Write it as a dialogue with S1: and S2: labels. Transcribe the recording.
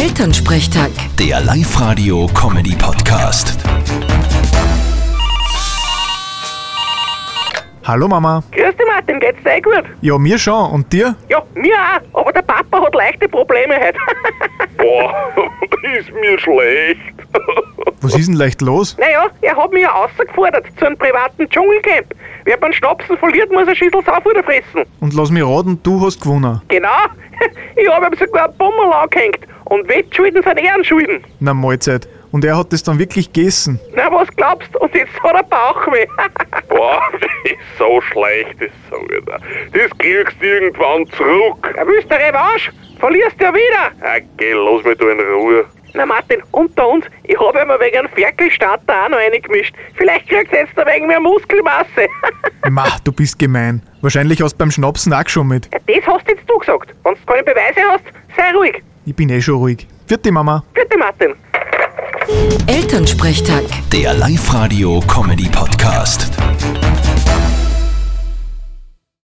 S1: Elternsprechtag.
S2: Der Live-Radio-Comedy-Podcast.
S3: Hallo Mama.
S4: Grüß dich Martin, geht's dir eh gut?
S3: Ja, mir schon. Und dir?
S4: Ja, mir auch, aber der Papa hat leichte Probleme heute.
S5: Boah, ist mir schlecht.
S3: Was ist denn leicht los?
S4: naja, er hat mich ja rausgefordert zu einem privaten Dschungelcamp. Wer beim Schnapsen verliert, muss eine Schüssel Saufutter fressen.
S3: Und lass mich raten, du hast gewonnen.
S4: Genau, ich habe ihm sogar einen Bummel angehängt. Und Wettschulden sind Ehrenschulden.
S3: Na Mahlzeit. Und er hat das dann wirklich gegessen.
S4: Na, was glaubst du? Und jetzt hat er Bauchweh.
S5: Boah, das ist so schlecht, das so wieder. Das kriegst du irgendwann zurück.
S4: Er willst du Revanche? Verlierst ja wieder.
S5: Ah, geh, lass mich da in Ruhe.
S4: Na Martin, unter uns, ich habe ihm wegen einem Ferkelstatter auch noch eingemischt. Vielleicht kriegst du jetzt da wegen mehr Muskelmasse.
S3: Ma, du bist gemein. Wahrscheinlich hast beim Schnapsen auch schon mit.
S4: Ja, Das hast jetzt du gesagt. Wenn du keine Beweise hast, sei ruhig.
S3: Ich bin eh schon ruhig. Vierte Mama.
S4: Bitte, Martin.
S1: Elternsprechtag.
S2: Der Live-Radio-Comedy-Podcast.